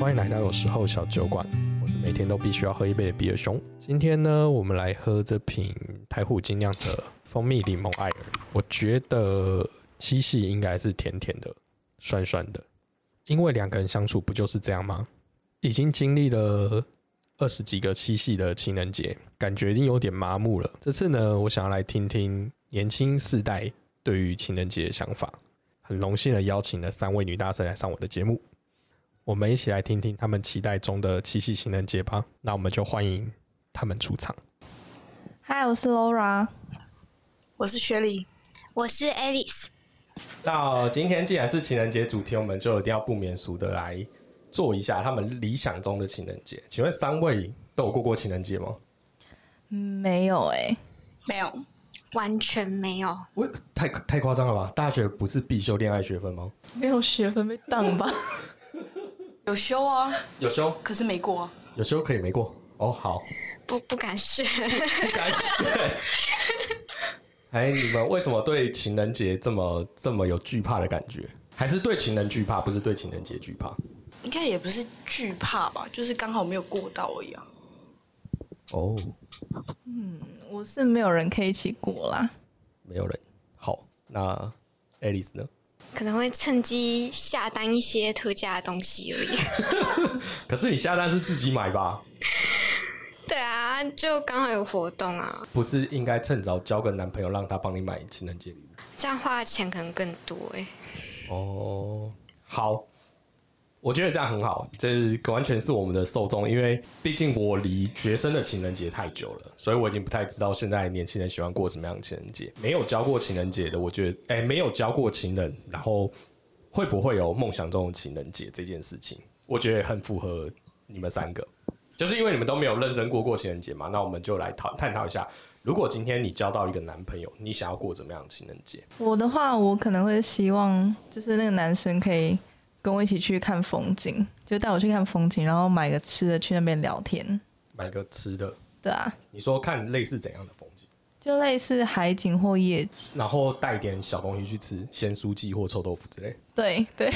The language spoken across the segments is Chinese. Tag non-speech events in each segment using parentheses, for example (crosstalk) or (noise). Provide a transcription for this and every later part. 欢迎来到有时候小酒馆，我是每天都必须要喝一杯的比尔熊。今天呢，我们来喝这瓶台虎精酿的蜂蜜柠檬艾尔。我觉得七系应该是甜甜的、酸酸的，因为两个人相处不就是这样吗？已经经历了二十几个七系的情人节，感觉已经有点麻木了。这次呢，我想要来听听年轻世代对于情人节的想法。很荣幸的邀请了三位女大生来上我的节目，我们一起来听听她们期待中的七夕情人节吧。那我们就欢迎她们出场。嗨，我是 Laura。我是雪莉，我是 Alice，那今天既然是情人节主题，我们就一定要不免俗的来做一下他们理想中的情人节。请问三位都有过过情人节吗？嗯，没有哎、没有，完全没有。我太太夸张了吧？大学不是必修恋爱学分吗？没有学分被当吧？ (laughs) 有修啊，有修，可是没过啊。有修可以没过。哦，好，不不敢选，不敢选。哎，你们为什么对情人节这么这么有惧怕的感觉？还是对情人惧怕，不是对情人节惧怕？应该也不是惧怕吧，就是刚好没有过到而已啊。哦，我是没有人可以一起过啦。没有人。好，那 Alice 呢？ (laughs) 可能会趁机下单一些特价的东西而已。 (laughs) 可是你下单是自己买吧？对啊，就刚好有活动啊，不是应该趁早交个男朋友，让他帮你买情人节礼物？这样花的钱可能更多哎、哦，好，我觉得这样很好，这完全是我们的受众，因为毕竟我离学生的情人节太久了，所以我已经不太知道现在年轻人喜欢过什么样的情人节。没有交过情人节的，我觉得，哎、没哎有交过情人，然后会不会有梦想中的情人节这件事情，我觉得很符合你们三个，就是因为你们都没有认真过过情人节嘛，那我们就来讨探讨一下。如果今天你交到一个男朋友，你想要过怎么样的情人节？我的话，我可能会希望就是那个男生可以跟我一起去看风景，就带我去看风景，然后买个吃的去那边聊天。买个吃的，对啊，你说看类似怎样的风景，就类似海景或夜，然后带点小东西去吃咸酥鸡或臭豆腐之类。对 (laughs) 对。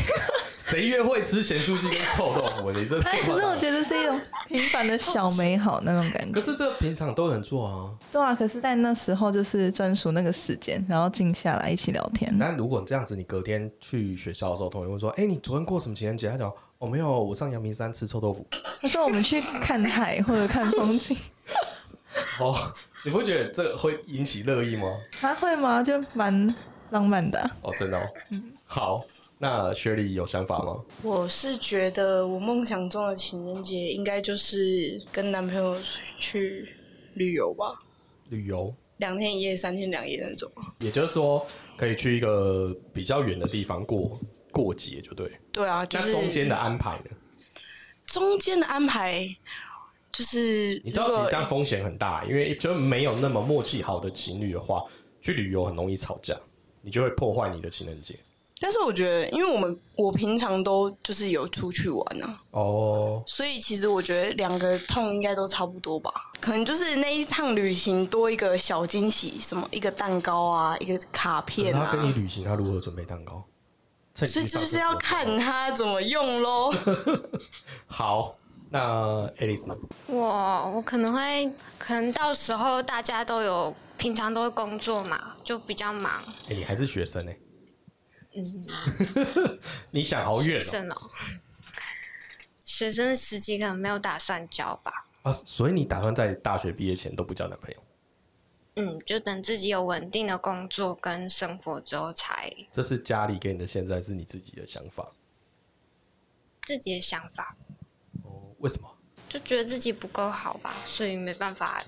谁约会吃咸酥鸡跟臭豆腐？你这哎，太夸可是张我了觉得是一种平凡的小美好那种感可觉。是这平常都能做啊。对啊，可是，在那时候就是专属那个时间，然后静下来一起聊天。那如果这样子，你隔天去学校的时候，同学会说：“哎、你昨天过什么情人节？”他讲：“哦，没有，我上阳明山吃臭豆腐。可是我们去看海或者看 (laughs) 风景。”哦，你不觉得这会引起热议吗？还啊会吗？就蛮浪漫的啊、哦，真的哦。好，那雪莉有想法吗？我是觉得我梦想中的情人节应该就是跟男朋友去旅游吧，旅游，两天一夜、三天两夜那种。也就是说，可以去一个比较远的地方过过节，就对。对啊，就那是中间的安排呢？中间的安排，就是你知道如其果实这样风险很大，因为就没有那么默契好的情侣的话，去旅游很容易吵架，你就会破坏你的情人节。但是我觉得，因为我们我平常都就是有出去玩啊，哦，所以其实我觉得两个痛应该都差不多吧，可能就是那一趟旅行多一个小惊喜，什么一个蛋糕啊，一个卡片他啊跟，你旅行，他如何准备蛋糕？趁你所以去上就是要厕所看他怎么用喽。好。那 Alice 呢？我我可能会，可能到时候大家都有平常都会工作嘛，就比较忙。哎、你还是学生呢、嗯 (laughs) 你想好远学哦、生哦， (laughs) 学生的时期可能没有打算交吧。啊！所以你打算在大学毕业前都不交男朋友，嗯，就等自己有稳定的工作跟生活之后，才这是家里给你的现在是你自己的想法自己的想法，哦？为什么？就觉得自己不够好吧，所以没办法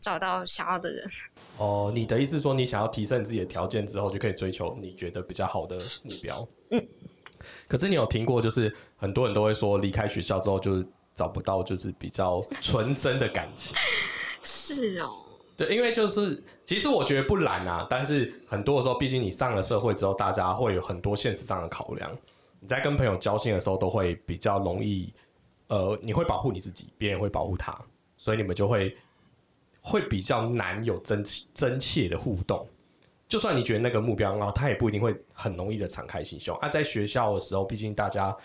找到想要的人。哦，你的意思是说，你想要提升你自己的条件之后，就可以追求你觉得比较好的目标。嗯。可是你有听过，就是很多人都会说，离开学校之后就是找不到就是比较纯真的感情。 (laughs) 是哦，对，因为就是其实我觉得不难啊，但是很多的时候，毕竟你上了社会之后，大家会有很多现实上的考量。你在跟朋友交心的时候，都会比较容易，呃，你会保护你自己，别人会保护他，所以你们就会会比较难有真真切的互动。就算你觉得那个目标很好，他也不一定会很容易的敞开心胸。啊，在学校的时候，毕竟大家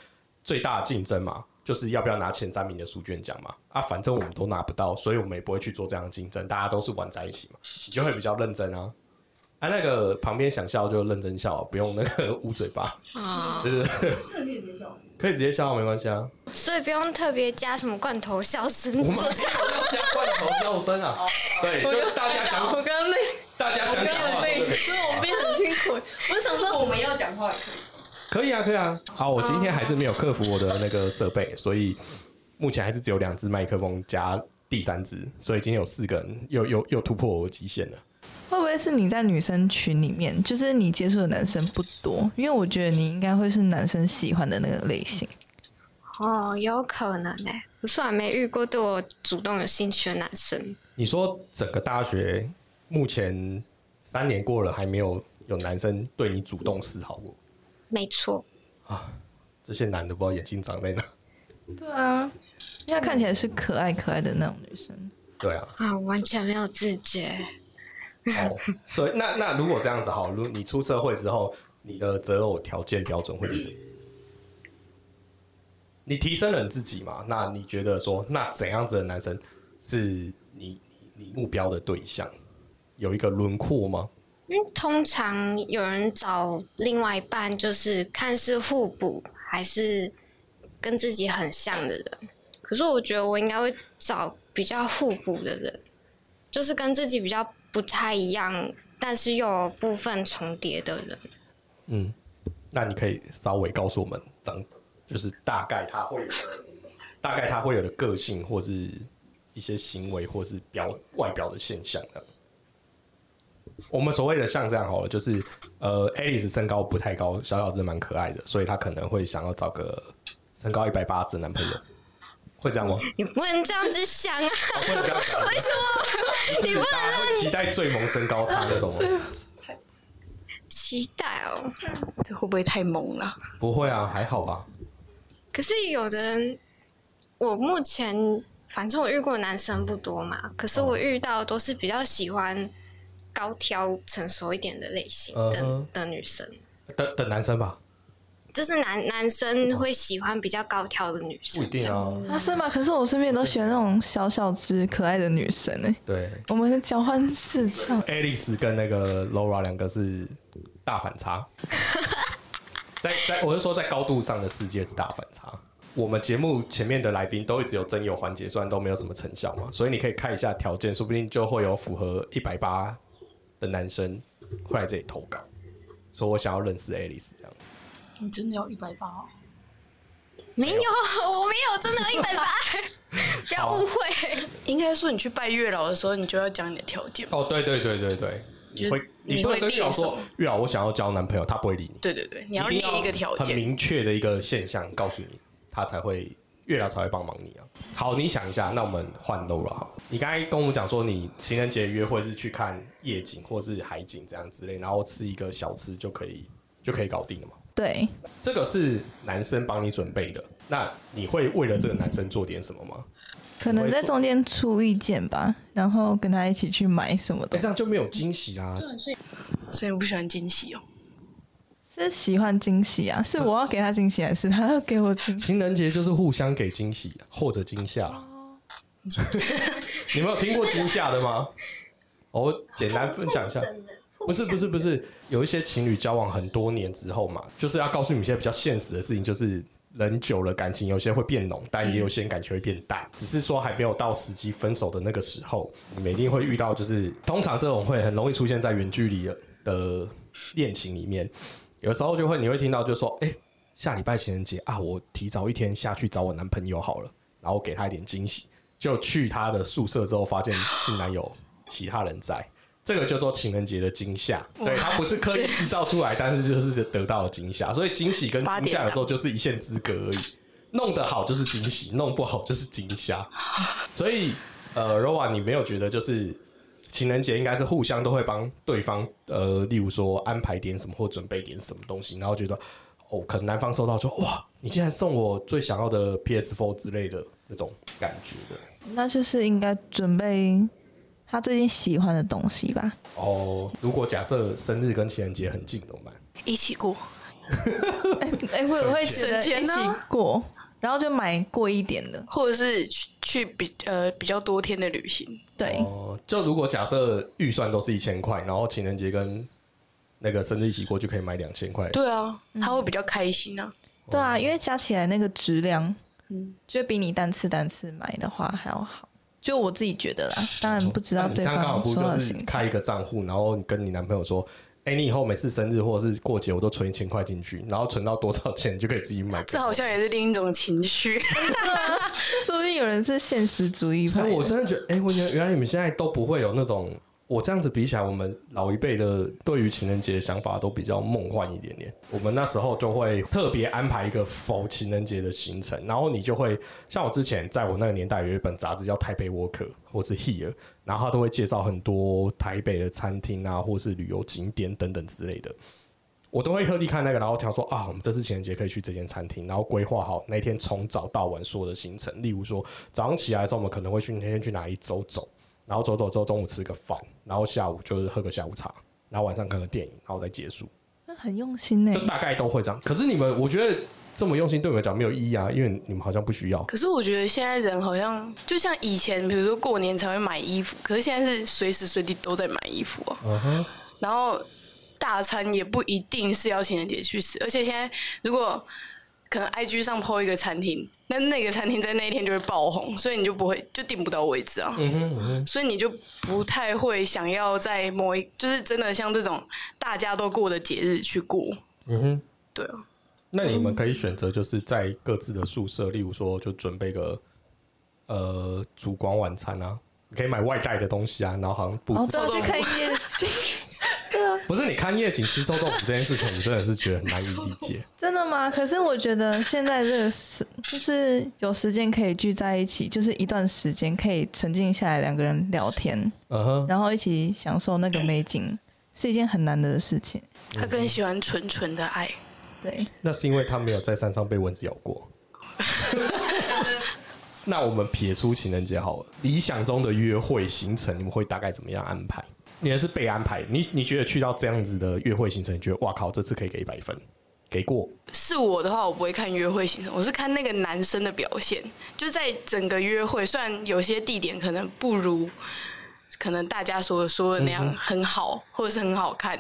最大的竞争嘛，就是要不要拿前三名的书卷奖嘛？啊，反正我们都拿不到，所以我们也不会去做这样的竞争，大家都是玩在一起嘛，你就会比较认真啊。啊，那个旁边想笑就认真笑，啊不用那个捂嘴巴，啊，就是可以直接笑，没关系啊。所以不用特别加什么罐头笑声我们做效果。加罐头笑声啊，对，就是大家想，我刚刚累，大家我想啊刚讲刚话，累，哦对不对所以我变很辛苦。我想说，我们要讲话也可以。可以啊，可以啊。好，我今天还是没有克服我的那个设备，所以目前还是只有两只麦克风加第三只，所以今天有四个人又又又突破我的极限了。会不会是你在女生群里面，就是你接触的男生不多？因为我觉得你应该会是男生喜欢的那个类型。 (laughs) 哦，有可能哎、可是我还没遇过对我主动有兴趣的男生。你说整个大学目前三年过了，还没有有男生对你主动示好过？没错，这些男的不知道眼睛长在哪？对啊，因为她看起来是可爱可爱的那种女生。对啊，啊，我完全没有自觉。哦，所以那那如果这样子好，如你出社会之后，你的择偶条件标准会是什么？你提升了你自己嘛？那你觉得说，那怎样子的男生是你你你目标的对象？有一个轮廓吗？嗯，通常有人找另外一半，就是看是互补还是跟自己很像的人。可是我觉得我应该会找比较互补的人，就是跟自己比较不太一样，但是又有部分重叠的人。嗯，那你可以稍微告诉我们，长就是大概他会有的，大概他会有的个性，或是一些行为，或是表外表的现象的。我们所谓的像这样好了，就是呃，Alice 身高不太高，小小只蛮可爱的，所以她可能会想要找个身高一百八十的男朋友，会这 (laughs) 样吗？你不能这样子想啊！我不能这样讲，为什 (laughs) 么？你不能会期待最萌身高差那 (laughs) 种吗？期待哦。 (laughs) 这会不会太猛了？不会啊，还好吧。可是有的人，我目前反正我遇过男生不多嘛，可是我遇到都是比较喜欢高挑、成熟一点的类型的、嗯哼的女生，等等男生吧，就是男男生会喜欢比较高挑的女不生一。定啊。啊，是吗？可是我身边都喜欢那种小小只可爱的女生哎、对，我们交换视角， Alice 跟那个 Laura 两个是大反 (laughs) 差，在在我是说在高度上的世界是大反差。我们节目前面的来宾都一直有征友环节，虽然都没有什么成效嘛，所以你可以看一下条件，说不定就会有符合一百八的男生会来这里投稿，说我想要认识 Alice 这样。你真的要一百哦八？没有，我没有，真的一 (laughs) 百八，不要误会。应该说你去拜月老的时候，你就要讲你的条件吧。哦，对对对对对，你会你不能跟月老说月老我想要交男朋友，他不会理你。对对对，你要定列一个条很件。明确的一个现象告诉你，他才会月亮才会帮忙你啊。好，你想一下，那我们换 l o 了。你刚才跟我们讲说，你情人节约会是去看夜景或是海景这样之类，然后吃一个小吃就可以就可以搞定了嘛？对，这个是男生帮你准备的，那你会为了这个男生做点什么吗？可能在中间出意见吧，然后跟他一起去买什么哎、的这，样就没有惊喜啦、所以你不喜欢惊喜哦？是喜欢惊喜啊？是我要给他惊喜，还是他要给我惊喜？情人节就是互相给惊喜啊哦或者惊 (laughs) 吓。你们有听过惊吓的吗？我简单分享一下。 (laughs) 不是不是不是，有一些情侣交往很多年之后嘛，就是要告诉你们一些比较现实的事情，就是人久了感情有些会变浓，但也有些感情会变淡，只是说还没有到时机分手的那个时候，你们一定会遇到，就是通常这种会很容易出现在远距离的的恋情里面，有时候就会你会听到就说，哎、下礼拜情人节啊，我提早一天下去找我男朋友好了，然后给他一点惊喜。就去他的宿舍之后，发现竟然有其他人在，这个叫做情人节的惊吓。对，他不是刻意制造出来，但是就是得到了惊吓，所以惊喜跟惊吓有时候就是一线之隔而已。弄得好就是惊喜，弄不好就是惊吓。所以，呃，Roa，你没有觉得就是情人节应该是互相都会帮对方，呃，例如说安排点什么或准备点什么东西，然后觉得哦，可能男方收到说哇，你竟然送我最想要的 PS4 之类的那种感觉的。那就是应该准备他最近喜欢的东西吧。哦，如果假设生日跟情人节很近怎么办？一起过， (laughs) 哎、我也会觉得省一钱起啊过，然后就买贵一点的，或者是去去比呃比较多天的旅行，对，哦，就如果假设预算都是一千块，然后情人节跟那个生日一起过，就可以买两千块。对啊，他会比较开心啊。对啊，因为加起来那个质量，嗯，就比你单次单次买的话还要好。就我自己觉得啦，当然不知道那你这对样嗯刚好方不收就到是心情。开一个账户，然后你跟你男朋友说，哎、你以后每次生日或者是过节，我都存一千块进去，然后存到多少钱你就可以自己 (laughs) 买。这好像也是另一种情绪，说不定有人是现实主义派哎，的，我真的觉得，哎、我原原来你们现在都不会有那种，我这样子比起来，我们老一辈的对于情人节的想法都比较梦幻一点点。我们那时候就会特别安排一个否情人节的行程，然后你就会像我之前在我那个年代有一本杂志叫《台北 Walker》或是《Here》，然后他都会介绍很多台北的餐厅啊，或是旅游景点等等之类的。我都会特地看那个，然后想说啊，我们这次情人节可以去这间餐厅，然后规划好那天从早到晚所有的行程。例如说，早上起来的时候，我们可能会去那天去哪里走走，然后走走之后中午吃个饭，然后下午就是喝个下午茶，然后晚上看个电影，然后再结束，那很用心呢、就大概都会这样。可是你们，我觉得这么用心对我们来讲没有意义啊，因为你们好像不需要。可是我觉得现在人好像就像以前，比如说过年才会买衣服，可是现在是随时随地都在买衣服啊。嗯哼，然后大餐也不一定是要情人节去吃，而且现在如果可能 IG 上 PO 一个餐厅，那那个餐厅在那一天就会爆红，所以你就不会就订不到位置啊，嗯所以你就不太会想要在某一就是真的像这种大家都过的节日去过，嗯哼。对啊，那你们可以选择就是在各自的宿舍，例如说就准备个呃烛光晚餐啊，你可以买外带的东西啊，然后好像布哦，置。对啊，去看夜景，不是你看夜景吃臭豆腐这件事情，你真的是觉得很难以理 (laughs) 解。真的吗？可是我觉得现在这个时，就是有时间可以聚在一起，就是一段时间可以沉静下来，两个人聊天，嗯哼，然后一起享受那个美景，是一件很难得的事情。他更喜欢纯纯的爱。对，那是因为他没有在山上被蚊子咬过。那我们撇出情人节好了，理想中的约会行程，你们会大概怎么样安排？你也是被安排，你你觉得去到这样子的约会行程，你觉得哇靠，这次可以给一百分，给过。是我的话，我不会看约会行程，我是看那个男生的表现。就在整个约会，虽然有些地点可能不如可能大家所说的那样很好，或者是很好看，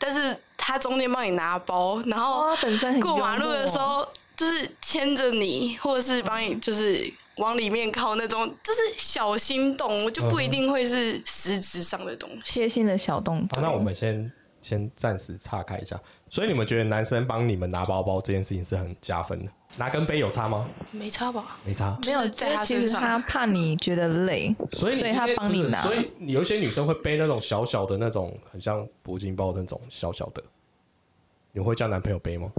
但是他中间帮你拿包，然后哦他本身很过马路幽默的时候就是牵着你，或者是帮你就是往里面靠那种，就是小心动，我就嗯不一定会是实质上的东西。贴心的小动作。好，那我们先先暂时岔开一下。所以你们觉得男生帮你们拿包包这件事情是很加分的？拿跟背有差吗？没差吧？没差。没有，在就是他其实身上他怕你觉得累，所以你所以今他天帮就你是拿所以你有一些女生会背那种小小的那种，很像铂金包的那种小小的，你会叫男朋友背吗？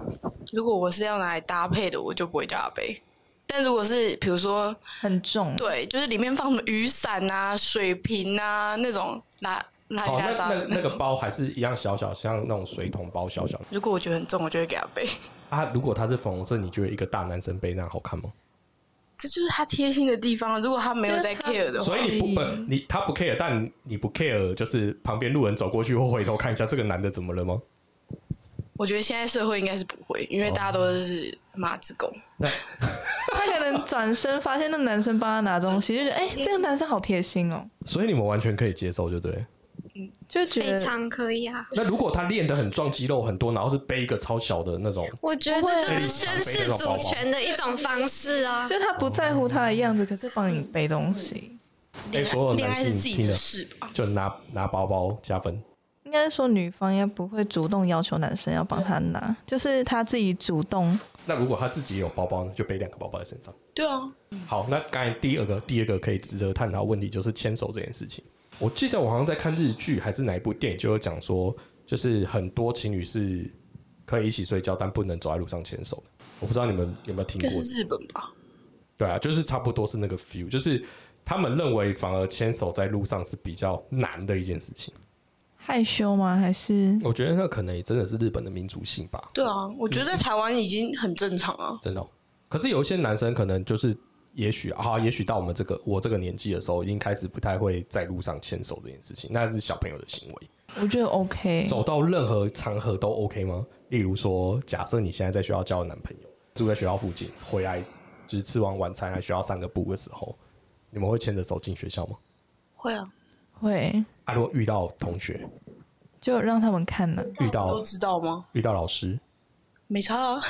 如果我是要拿来搭配的，我就不会叫他背。但如果是比如说，很重。对，就是里面放什么雨伞啊、水瓶啊那种拉拉好，里哦那拉扎那的那个种包还是一样小小，像那种水桶包小小的如果我觉得很重，我就会给他背。啊。如果它是粉红色，你觉得一个大男生背那样好看吗？这就是他贴心的地方。如果他没有在就是他 care 的话，所以你不不你他不 care，但你不 care，就是旁边路人走过去会回头看一下这个男的怎么了吗？我觉得现在社会应该是不会，因为大家都是马子狗。那他可能转身发现那男生帮他拿东西，就觉得哎、这个男生好贴心哦，所以你们完全可以接受，就对了。啊就觉非得常可以啊。那如果他练得很壮，肌肉很多，然后是背一个超小的那种，我觉得不会这啊就是宣示主权的一种方式啊。就他不在乎他的样子，可是帮你背东西。哎、所有恋男爱是性自己听的了事吧？就拿拿包包加分。应该说女方应该不会主动要求男生要帮他拿，就是他自己主动。那如果他自己也有包包呢，就背两个包包在身上。对啊，好，那刚才第二个第二个可以值得探讨的问题就是牵手这件事情。我记得我好像在看日剧还是哪一部电影，就有讲说，就是很多情侣是可以一起睡觉，但不能走在路上牵手的。我不知道你们有没有听那过？是日本吧？对啊，就是差不多是那个 feel，就是他们认为反而牵手在路上是比较难的一件事情。害羞吗？还是我觉得那可能也真的是日本的民族性吧。对啊，我觉得在台湾已经很正常啊。真的哦、可是有一些男生可能就是，也许啊，也许到我们这个我这个年纪的时候，已经开始不太会在路上牵手这件事情，那是小朋友的行为。我觉得 OK，走到任何场合都 OK 吗？例如说，假设你现在在学校交了男朋友，住在学校附近，回来就是吃完晚餐来学校散个步的时候，你们会牵着手进学校吗？会啊，会啊，如果遇到同学、就让他们看呢、遇都到知道吗？遇到老师，没 (laughs) 差啊，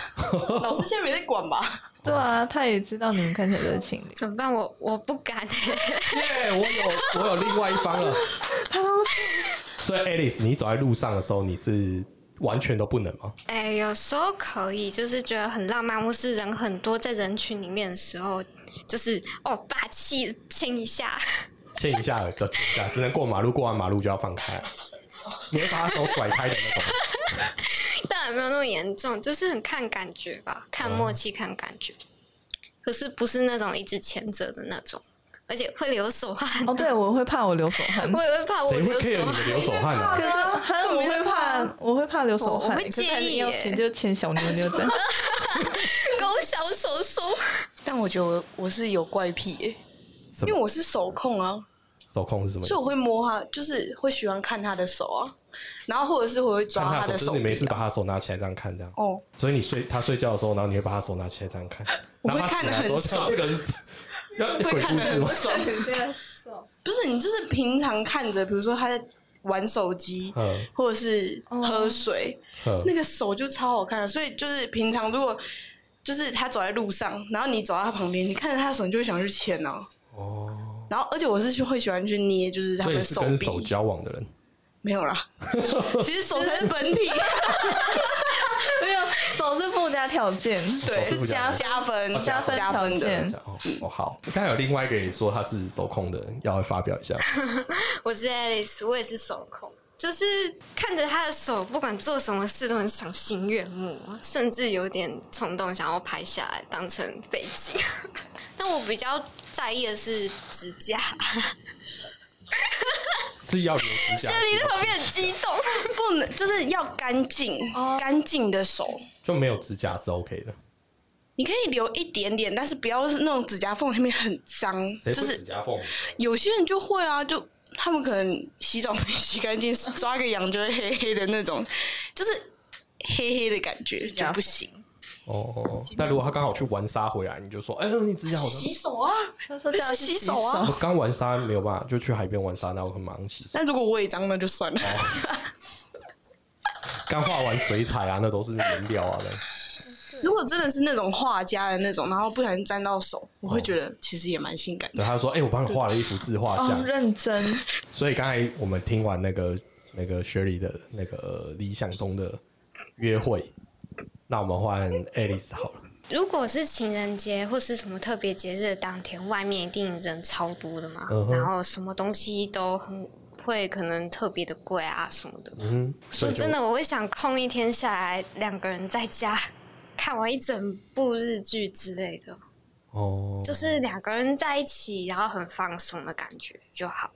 老师现在没在管吧？对啊，他也知道你们看起来都是情侣，怎么办？我我不敢、耶、我有我有另外一方了。所以 Alice，你走在路上的时候，你是完全都不能吗？哎、有时候可以，就是觉得很浪漫，或是人很多在人群里面的时候，就是哦霸气亲一下， (laughs) 牵一下而已，就牵一下，只能过马路，过完马路就要放开。你会把他手甩开的那种。但也没有那么严重，就是很看感觉吧，看哦默契，看感觉。可是不是那种一直牵着的那种，而且会流手汗。哦，对，我会怕我流手汗，我也会怕我谁会流 care 你手们流手汗。汗啊？ (laughs) 可是哈，啊我会怕，我会怕流手汗，我我会介意可是你要耶牵就牵小妞妞 (laughs) 这样， (laughs) 勾小手手，但我觉得我我是有怪癖耶、什因为么我是手控啊，手控是什么意思所以？我会摸他，就是会喜欢看他的手啊，然后或者是我会看抓他的的手，就手是你没事臂、把啊。他手拿起来这样看，这样。哦，所以你睡他睡觉的时候，然后你会把他手拿起来这样看， (laughs) 我然会后他看起得来的时候，很爽像这个是 (laughs) 要会 (laughs) 鬼看故得事很吗？ (laughs) 爽。 (laughs) 不是你就是平常看着，比如说他在玩手机，嗯或者是喝水，嗯那个手就超好看的。所以就是平常如果就是他走在路上，然后你走到他旁边，你看着他的手，你就会想去牵啊。哦，然后而且我是去会喜欢去捏，就是他所以们的你是跟臂。嗯手交往的人，没有啦，其实手才是本体，没有，手是附加条件，对，手是不加的加分哦加分加条分的。件，哦哦好，刚才有另外一个也说他是手控的人，要发表一下。我是 Alice，我也是手控，就是看着他的手，不管做什么事都很赏心悦目，甚至有点冲动想要拍下来当成背景。 (laughs) 但我比较在意的是指甲， (laughs) 是要有指 (laughs) 甲，你在旁边很激动，不能就是要干净，干净的手。就没有指甲是 OK 的。你可以留一点点，但是不要是那种指甲缝里面很脏，谁就会指是甲缝？有些人就会啊，就他们可能洗澡没洗干净， (laughs) 抓个痒就会黑黑的那种，就是黑黑的感觉就甲缝不行。哦，那如果他刚好去玩沙回来，你就说，哎、你指甲好像洗手啊！他说这样洗手啊我刚玩沙没有办法，就去海边玩沙，那我很忙洗 (laughs) 手。但如果我也脏，那就算了。哦刚画完水彩啊，那都是颜料啊的。 (laughs) 如果真的是那种画家的那种，然后不小心沾到手，我会觉得其实也蛮性感的。对，他就说，哎、我帮你画了一幅自画哦像。认真，所以刚才我们听完那个那个 Shirley 的那个呃理想中的约会，那我们换 Alice 好了。 (laughs) 如果是情人节或是什么特别节日的当天，外面一定人超多的嘛嗯哼然后什么东西都很会，可能特别的贵啊什么的。嗯，所说以就真的，我会想空一天下来，两个人在家 (laughs) 看完一整部日剧之类的，哦，就是两个人在一起，然后很放松的感觉就好。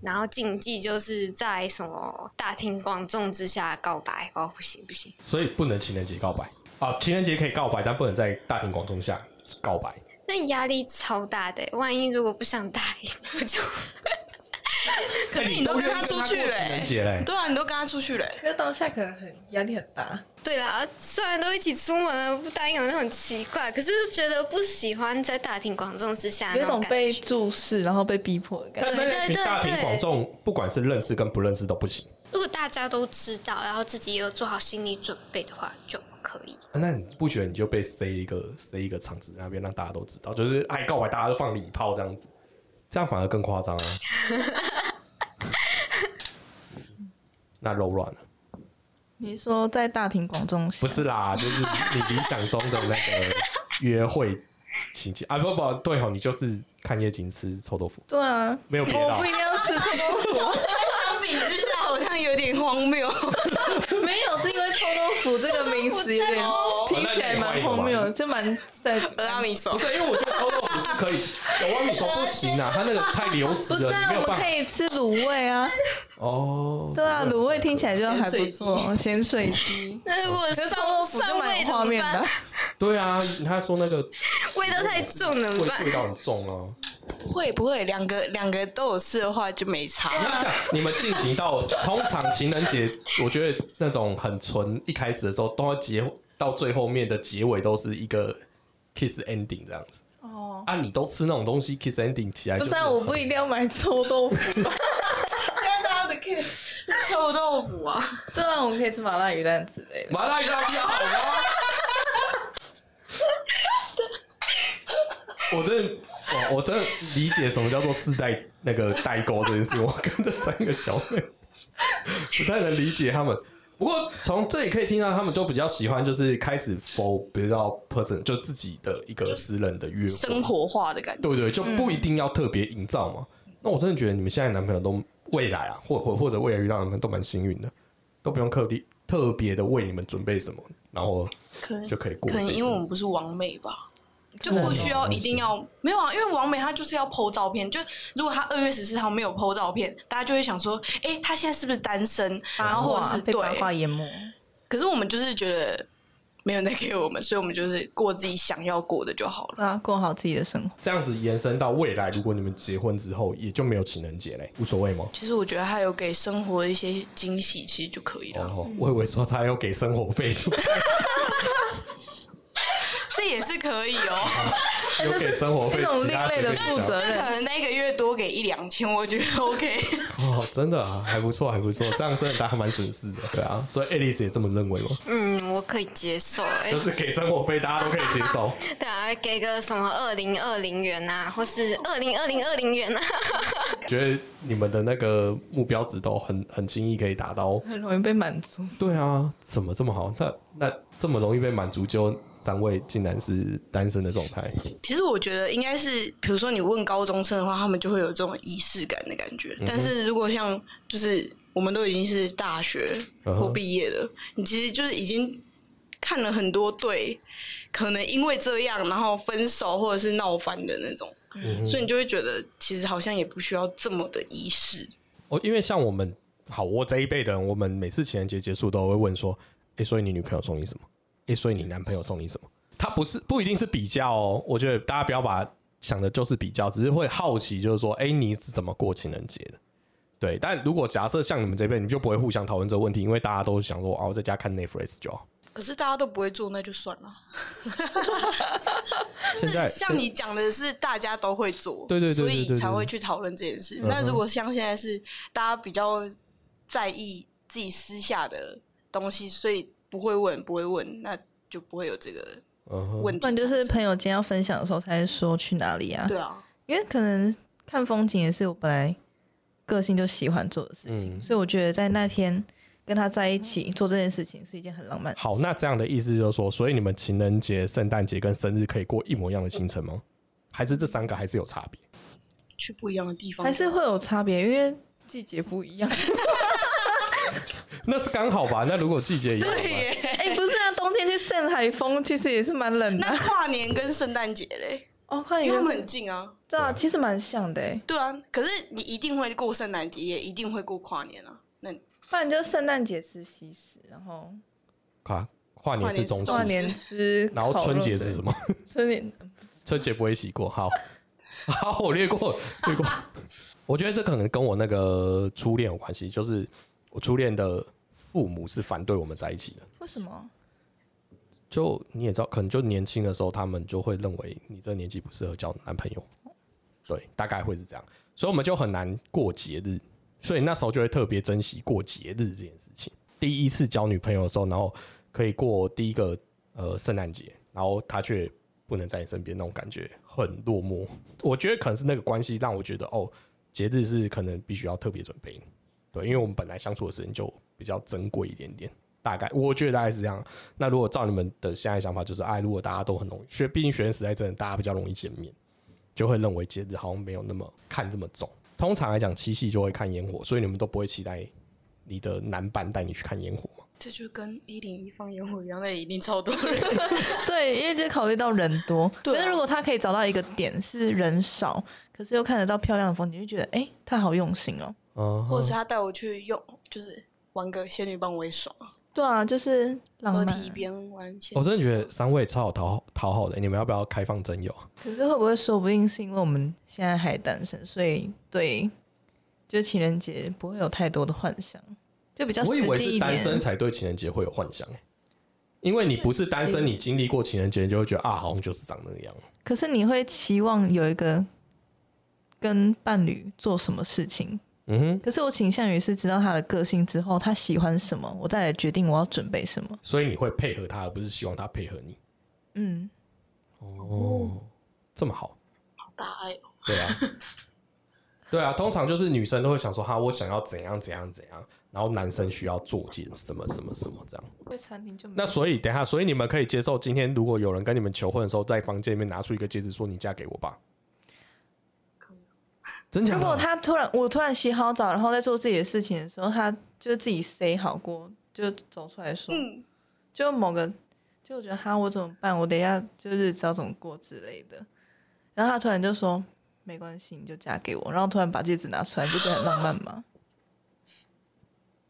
然后禁忌就是在什么大庭广众之下告白哦，不行不行，所以不能情人节告白啊，情人节可以告白，但不能在大庭广众下告白。那压力超大的。欸万一如果不想答应，不就 (laughs) 可是你都跟他出去情了、人欸，节嘞，对啊，你都跟他出去了、欸，可是当下可能很压力很大，对啦，虽然都一起出门了，不答应好像很奇怪，可是就觉得不喜欢在大庭广众之下有那一种感被觉。注视然后被逼迫的感但觉。对哎那对你对大庭对广众，不管是认识跟不认识都不行。如果大家都知道，然后自己也有做好心理准备的话，就可以。啊那你不觉得你就被塞一个塞一个场子那边，让大家都知道，就是爱告白，大家都放礼炮这样子，这样反而更夸张啊。 (laughs) 那柔软呢？你说在大庭广众下不是啦，就是你理想中的那个约会情景啊，不不对吼，你就是看夜景吃臭豆腐，对啊，没有别的我啊不一定要吃臭豆腐，相比之下好像有点荒谬。 (laughs) 没有是因为臭豆腐这个名词有点听起来蛮荒谬，就蛮 (laughs) 在俄拉米索不，是，因为我觉得臭豆腐是可以，我跟你说不行啊，它那个太流质不是了，你啊，没有我办法可。以吃卤味啊，哦，对啊，卤味听起来就还不咸水错，咸水鸡，那如果可是臭豆腐就蛮有画面的啊，对啊，他说那个味道太重了，怎么味办味？道很重哦、不会不会，两个两个都有事的话就没你差。要想，你们进行到通常情人节，我觉得那种很纯，一开始的时候都要结到最后面的结尾都是一个 kiss ending 这样子。哦，啊，你都吃那种东西，kiss ending 起来不就是啊，我不一定要买臭豆腐，臭豆腐啊！这让我们可以吃麻辣鱼蛋之类的。麻辣鱼蛋比较好吗？ (laughs) 我真的，我我真的理解什么叫做世代那个代沟这件事情。我跟这三个小妹不太能理解他们。不过从这里可以听到，他们就比较喜欢，就是开始 for 比较 person，就自己的一个私人的约会生活化的感觉。对对，就不一定要特别营造嘛。那我真的觉得你们现在男朋友都未来啊，或或或者未来遇到男朋友都蛮幸运的，都不用特地特别的为你们准备什么，然后可能就可以过这可一关。能因为我们不是王美吧，就不需要一定要没有啊，因为王美她就是要 PO 照片。就如果她二月十四号没有 PO 照片，大家就会想说，哎、她现在是不是单身？然后或者是被八卦对，淹没，可是我们就是觉得没有人在给我们，所以我们就是过自己想要过的就好了。对啊，过好自己的生活。这样子延伸到未来，如果你们结婚之后，也就没有情人节嘞，无所谓吗？其实我觉得她有给生活一些惊喜，其实就可以了。哦，我以为说他要给生活费， (laughs) 这也是可以哦。有给生活费，这种其他另类的负责就任可能呃那个月多给一两千，我 (laughs) 觉得 OK。哦，真的啊，还不错，还不错，这样真的大家蛮省事的，对啊，所以爱丽丝也这么认为吗？嗯，我可以接受、哎就，是给生活费，大家都可以接受。对啊，给个什么二零二零元啊，或是二零二零二零元啊，觉得你们的那个目标值都很很轻易可以达到。很容易被满足，对啊，怎么这么好？那那这么容易被满足，就三位竟然是单身的状态。其实我觉得应该是，比如说你问高中生的话，他们就会有这种仪式感的感嗯觉。但是如果像就是我们都已经是大学嗯哼或毕业了，你其实就是已经看了很多对，可能因为这样然后分手或者是闹翻的那种，嗯所以你就会觉得其实好像也不需要这么的仪式。哦，因为像我们，好，我这一辈的人，我们每次情人节结束都会问说，诶，所以你女朋友送你什么？诶，所以你男朋友送你什么？他不是不一定是比较哦，我觉得大家不要把想的就是比较，只是会好奇，就是说，诶，你是怎么过情人节的？对，但如果假设像你们这边，你就不会互相讨论这个问题，因为大家都想说，哦，在家看 Netflix 就好。可是大家都不会做，那就算了。现在像你讲的是大家都会做，对对对对所以对才对会去讨论这件事。那如果像现在是大家比较在意自己私下的东西，所以不会问，不会问，那就不会有这个嗯哼问题不产然生。就是朋友间要分享的时候才说去哪里啊。对啊，因为可能看风景也是我本来个性就喜欢做的事情，嗯所以我觉得在那天跟他在一起做这件事情是一件很浪漫的事。好，那这样的意思就是说，所以你们情人节、圣诞节跟生日可以过一模一样的行程吗？还是这三个还是有差别？去不一样的地方还是会有差别，因为季节不一 (laughs) 样。那是刚好吧？那如果季节一样，对耶。哎、不是啊，冬天去扇海风其实也是蛮冷的啊、那跨年跟圣诞节嘞，哦，快因点为他跟，们很近啊。对啊，其实蛮像的、欸。对啊，可是你一定会过圣诞节，也一定会过跨年啊。那不然就圣诞节吃西食，然后跨啊跨年是中式跨跨年，年吃然烤肉后之类，春节是什么？春节嗯春节不会一起过。好，好，我略过，略过。我觉得这可能跟我那个初恋有关系，就是我初恋的父母是反对我们在一起的。为什么？就你也知道，可能就年轻的时候，他们就会认为你这个年纪不适合交男朋友，对，大概会是这样，所以我们就很难过节日，所以那时候就会特别珍惜过节日这件事情。第一次交女朋友的时候，然后可以过第一个呃圣诞节，然后他却不能在你身边，那种感觉很落寞。我觉得可能是那个关系让我觉得哦，节日是可能必须要特别准备，对，因为我们本来相处的时间就比较珍贵一点点。大概我觉得大概是这样，那如果照你们的现在想法，就是哎，如果大家都很容易学，毕竟学生时代真的大家比较容易见面，就会认为节日好像没有那么看这么重。通常来讲，七夕就会看烟火，所以你们都不会期待你的男伴带你去看烟火吗？这就跟一零一放烟火一样，那一定超多人。 (laughs) 对，因为就考虑到人多，对啊可是如果他可以找到一个点是人少，可是又看得到漂亮的风景，就觉得哎、诶他好用心哦。嗯或者是他带我去用，就是玩个仙女棒我也爽啊，对啊，就是浪河漫。堤边玩仙哦我女。真的觉得三位超好讨好讨好的，你们要不要开放真友啊？可是会不会说不定是因为我们现在还单身，所以对，就情人节不会有太多的幻想，就比较我实以为际是一单身点。才对情人节会有幻想、欸，因为你不是单身，你经历过情人节，你就会觉得啊，好像就是长那个样。可是你会期望有一个跟伴侣做什么事情，嗯哼，可是我倾向于是知道他的个性之后，他喜欢什么，我再来决定我要准备什么。所以你会配合他，而不是希望他配合你。嗯，哦，这么好，大哎爱哦对啊，对啊，通常就是女生都会想说，哈，我想要怎样怎样怎样，然后男生需要做件什么什么什么这样。会餐厅就没那所以等一下，所以你们可以接受，今天如果有人跟你们求婚的时候，在房间里面拿出一个戒指，说你嫁给我吧。真假如的？果他突然我突然洗好澡，然后在做自己的事情的时候，他就自己塞好锅，就走出来说，嗯，就某个就我觉得哈，我怎么办？我等一下就日子要怎么过之类的。然后他突然就说没关系，你就嫁给我。然后突然把戒指拿出来，不觉得很浪漫吗？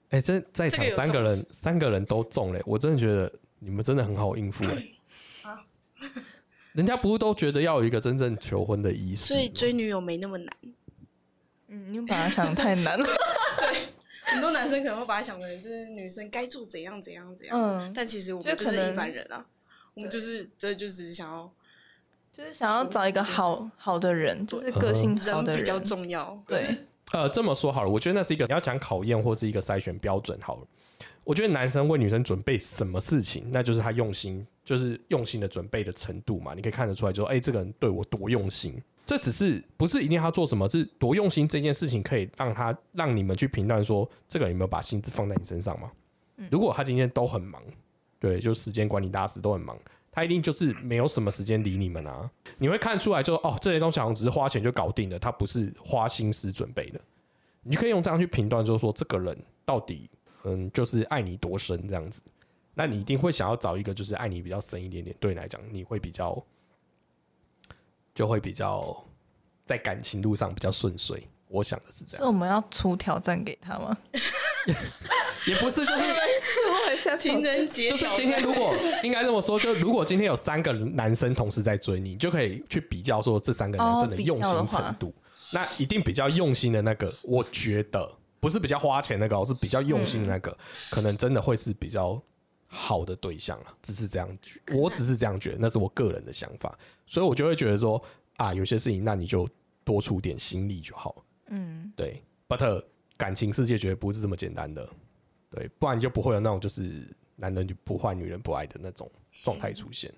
哎、真在场这个有三个人，三个人都中嘞、我真的觉得你们真的很好应付 (coughs) 哎、 (laughs) 人家不是都觉得要有一个真正求婚的仪式所吗？以追女友没那么难， (laughs) 嗯，你们把它想得太难了。很多男生可能会把它想成就是女生该做怎样怎样怎样， (laughs) 嗯，但其实我就们就是可能一般人啊，我们就是真的就只是想要就是想要找一个好好的人，就是个嗯性好人的比较人。重要，对，呃，这么说好了，我觉得那是一个你要讲考验或是一个筛选标准好了。我觉得男生为女生准备什么事情，那就是他用心，就是用心的准备的程度嘛。你可以看得出来就说，哎、这个人对我多用心。这只是不是一定他做什么，是多用心这件事情可以让他让你们去评断说，这个人有没有把心思放在你身上嘛？如果他今天都很忙，对，就时间管理大师都很忙，他一定就是没有什么时间理你们啊。你会看出来就，哦，这些东西好像只是花钱就搞定的，他不是花心思准备的。你就可以用这样去评断，就是说这个人到底嗯，就是爱你多深这样子。那你一定会想要找一个就是爱你比较深一点点，对你来讲，你会比较就会比较在感情路上比较顺遂。我想的是这所以样，我们要出挑战给他吗？也不是就是我很像情人节就是今天如果应该这么说，就如果今天有三个男生同时在追你，你就可以去比较说这三个男生的用心程度。那一定比较用心的那个，我觉得不是比较花钱那个哦，是比较用心的那个，可能真的会是比较好的对象啊。只是这样觉，我只是这样觉得，那是我个人的想法，所以我就会觉得说啊，有些事情那你就多出点心力就好。嗯，对，but 感情世界绝对不是这么简单的，对，不然就不会有那种就是男人不坏女人不爱的那种状态出现。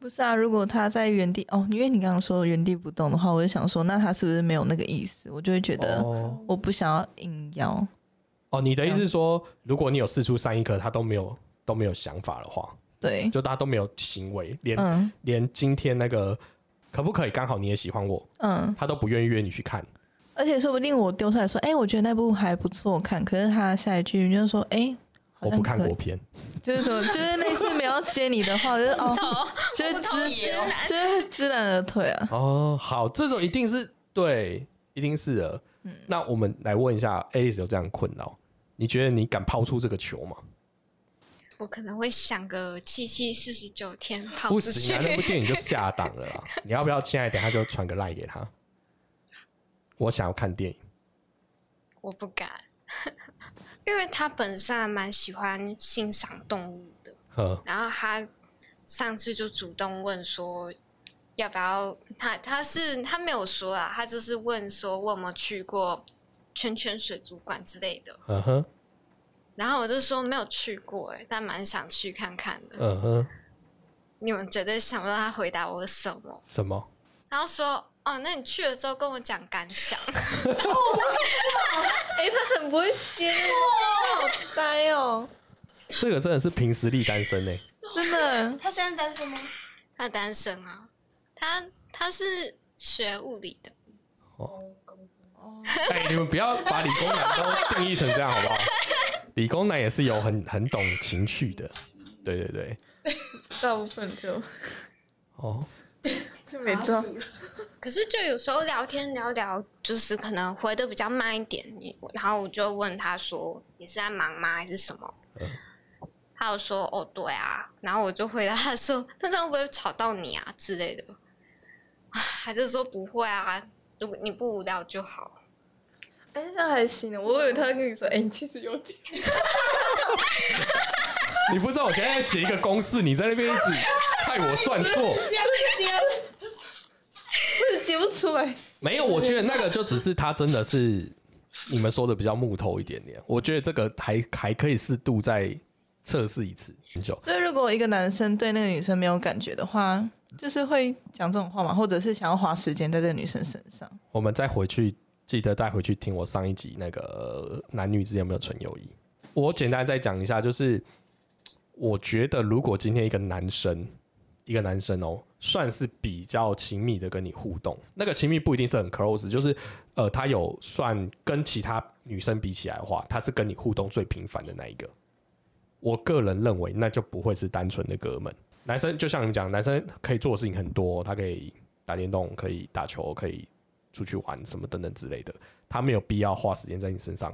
不是啊，如果他在原地哦，因为你刚刚说原地不动的话，我就想说，那他是不是没有那个意思？我就会觉得哦我不想要应邀。哦，你的啊意思是说，如果你有四出三一颗，他都没有都没有想法的话，对，就大家都没有行为，连、嗯连今天那个可不可以刚好你也喜欢我，嗯，他都不愿意约你去看。而且说不定我丢出来说，哎、我觉得那部还不错看，可是他下一句就说，哎、好我像不看可以国 (laughs) 片，就是什么，就是类似没有接你的话，就是哦， (laughs) 就是知直男就是知难而退啊。哦，好，这种一定是对，一定是的。嗯那我们来问一下，Alice 有这样的困扰，你觉得你敢抛出这个球吗？我可能会想个七七四十九天跑不出行啊，，去那部电影就下档了啦。你要不要现在等下就传个赖给他？我想要看电影。 (laughs) 我不敢， (laughs) 因为他本身还蛮喜欢欣赏动物的，呵，然后他上次就主动问说要不要他，他是他没有说啊，他就是问说我有没有去过圈圈水族馆之类的，嗯哼，然后我就说没有去过、欸，但蛮想去看看的。嗯哼，你们绝对想不到他回答我什么，什么？然后说哦，那你去了之后跟我讲感想。 (laughs) 哎、他很不会接，好呆哦，这个真的是凭实力单身呢、欸真的。他现在单身吗？他单身啊，他他是学物理的， (laughs) 哎、你们不要把理工男都定义成这样好不好？理工男也是有很很懂情趣的，对对对。大部分就哦，就没做。可是就有时候聊天聊聊，就是可能回的比较慢一点，你然后我就问他说你是在忙吗还是什么？他有说哦对啊，然后我就回答他说那这样会不会吵到你啊之类的？ (laughs) 啊他就说不会啊，如果你不无聊就好。哎、那还行的，我以为他会跟你说，哎、你其实有点。你不知道我现在写一个公式，你在那边一直害我算错。 (laughs) 解不出来。没有，我觉得那个就只是他真的是你们说的比较木头一点点。我觉得这个还还可以适度再测试一次。就所以如果一个男生对那个女生没有感觉的话，就是会讲这种话嘛，或者是想要花时间在这个女生身上。我们再回去，记得带回去听我上一集那个呃男女之间有没有纯友谊。我简单再讲一下，就是我觉得如果今天一个男生，一个男生哦，算是比较亲密的跟你互动，那个亲密不一定是很 close，就是呃，他有算跟其他女生比起来的话，他是跟你互动最频繁的那一个。我个人认为，那就不会是单纯的哥们。男生就像你们讲，男生可以做的事情很多，他可以打电动，可以打球，可以出去玩什么等等之类的，他没有必要花时间在你身上。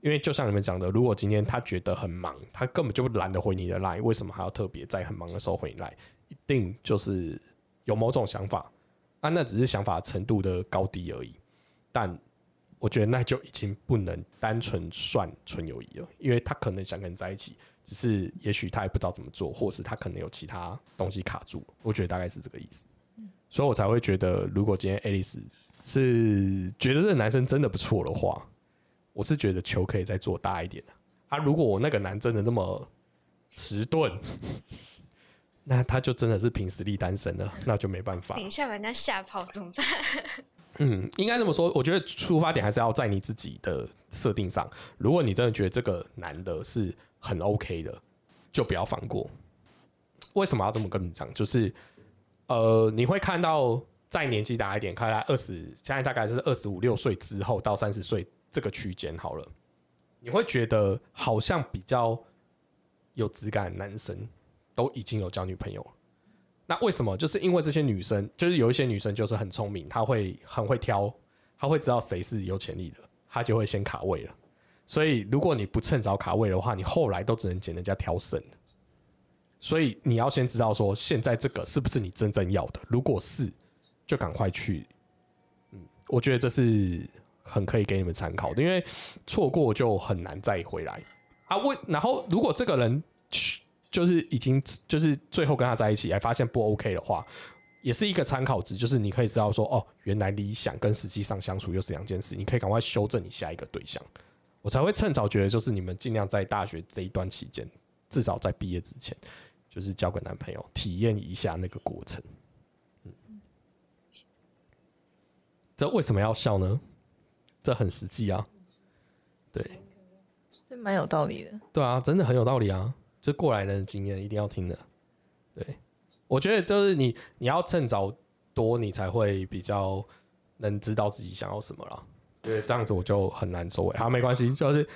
因为就像你们讲的，如果今天他觉得很忙，他根本就懒得回你的 line，为什么还要特别在很忙的时候回你 line？一定就是有某种想法，啊，那只是想法程度的高低而已。但我觉得那就已经不能单纯算纯友谊了，因为他可能想跟你在一起，只是也许他也不知道怎么做，或是他可能有其他东西卡住。我觉得大概是这个意思，所以我才会觉得，如果今天爱丽丝是觉得这个男生真的不错的话，我是觉得球可以再做大一点的啊。如果我那个男真的那么迟钝， (laughs) 那他就真的是凭实力单身了，那就没办法等。一下把人家吓跑怎么办？嗯，应该这么说，我觉得出发点还是要在你自己的设定上。如果你真的觉得这个男的是很 OK 的，就不要放过。为什么要这么跟你讲？就是呃，你会看到再年纪大一点，看来二十，现在大概是二十五六岁之后到三十岁这个区间好了，你会觉得好像比较有质感的男生都已经有交女朋友了。那为什么？就是因为这些女生，就是有一些女生就是很聪明，她会很会挑，她会知道谁是有潜力的，她就会先卡位了。所以如果你不趁早卡位的话，你后来都只能捡人家挑剩的。所以你要先知道说，现在这个是不是你真正要的？如果是，就赶快去。嗯，我觉得这是很可以给你们参考的，因为错过就很难再回来啊。为然后如果这个人去就是已经就是最后跟他在一起，还发现不 OK 的话，也是一个参考值，就是你可以知道说，哦，原来理想跟实际上相处又是两件事，你可以赶快修正你下一个对象。我才会趁早觉得，就是你们尽量在大学这一段期间，至少在毕业之前，就是交个男朋友，体验一下那个过程。嗯，这为什么要笑呢？这很实际啊，对这蛮有道理的。对啊，真的很有道理啊，这过来人的经验一定要听的。对，我觉得就是你你要趁早多，你才会比较能知道自己想要什么啦。对，这样子我就很难收尾。好，没关系，就是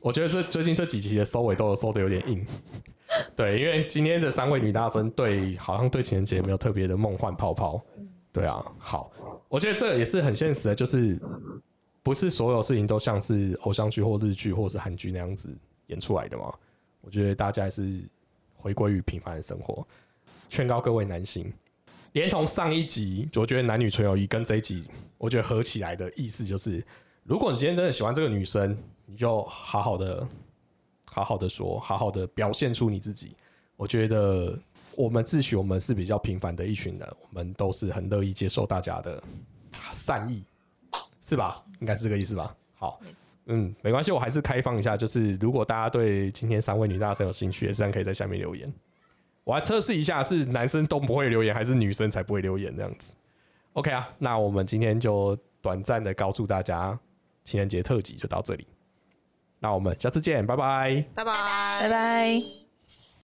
我觉得这最近这几期的收尾都有收的有点硬。对，因为今天这三位女大生对好像对情人节没有特别的梦幻泡泡。对啊，好，我觉得这也是很现实的，就是不是所有事情都像是偶像剧或日剧或是韩剧那样子演出来的嘛。我觉得大家还是回归于平凡的生活，劝告各位男性，连同上一集，我觉得男女纯友谊跟这一集，我觉得合起来的意思就是，如果你今天真的喜欢这个女生，你就好好的、好好的说，好好的表现出你自己。我觉得我们自诩我们是比较平凡的一群人，我们都是很乐意接受大家的善意，是吧？应该是这个意思吧？好，嗯，没关系，我还是开放一下，就是如果大家对今天三位女大生有兴趣，也是可以在下面留言。我来测试一下，是男生都不会留言，还是女生才不会留言这样子？OK 啊，那我们今天就短暂的告诉大家，情人节特辑就到这里。那我们下次见，拜拜。拜拜。拜拜。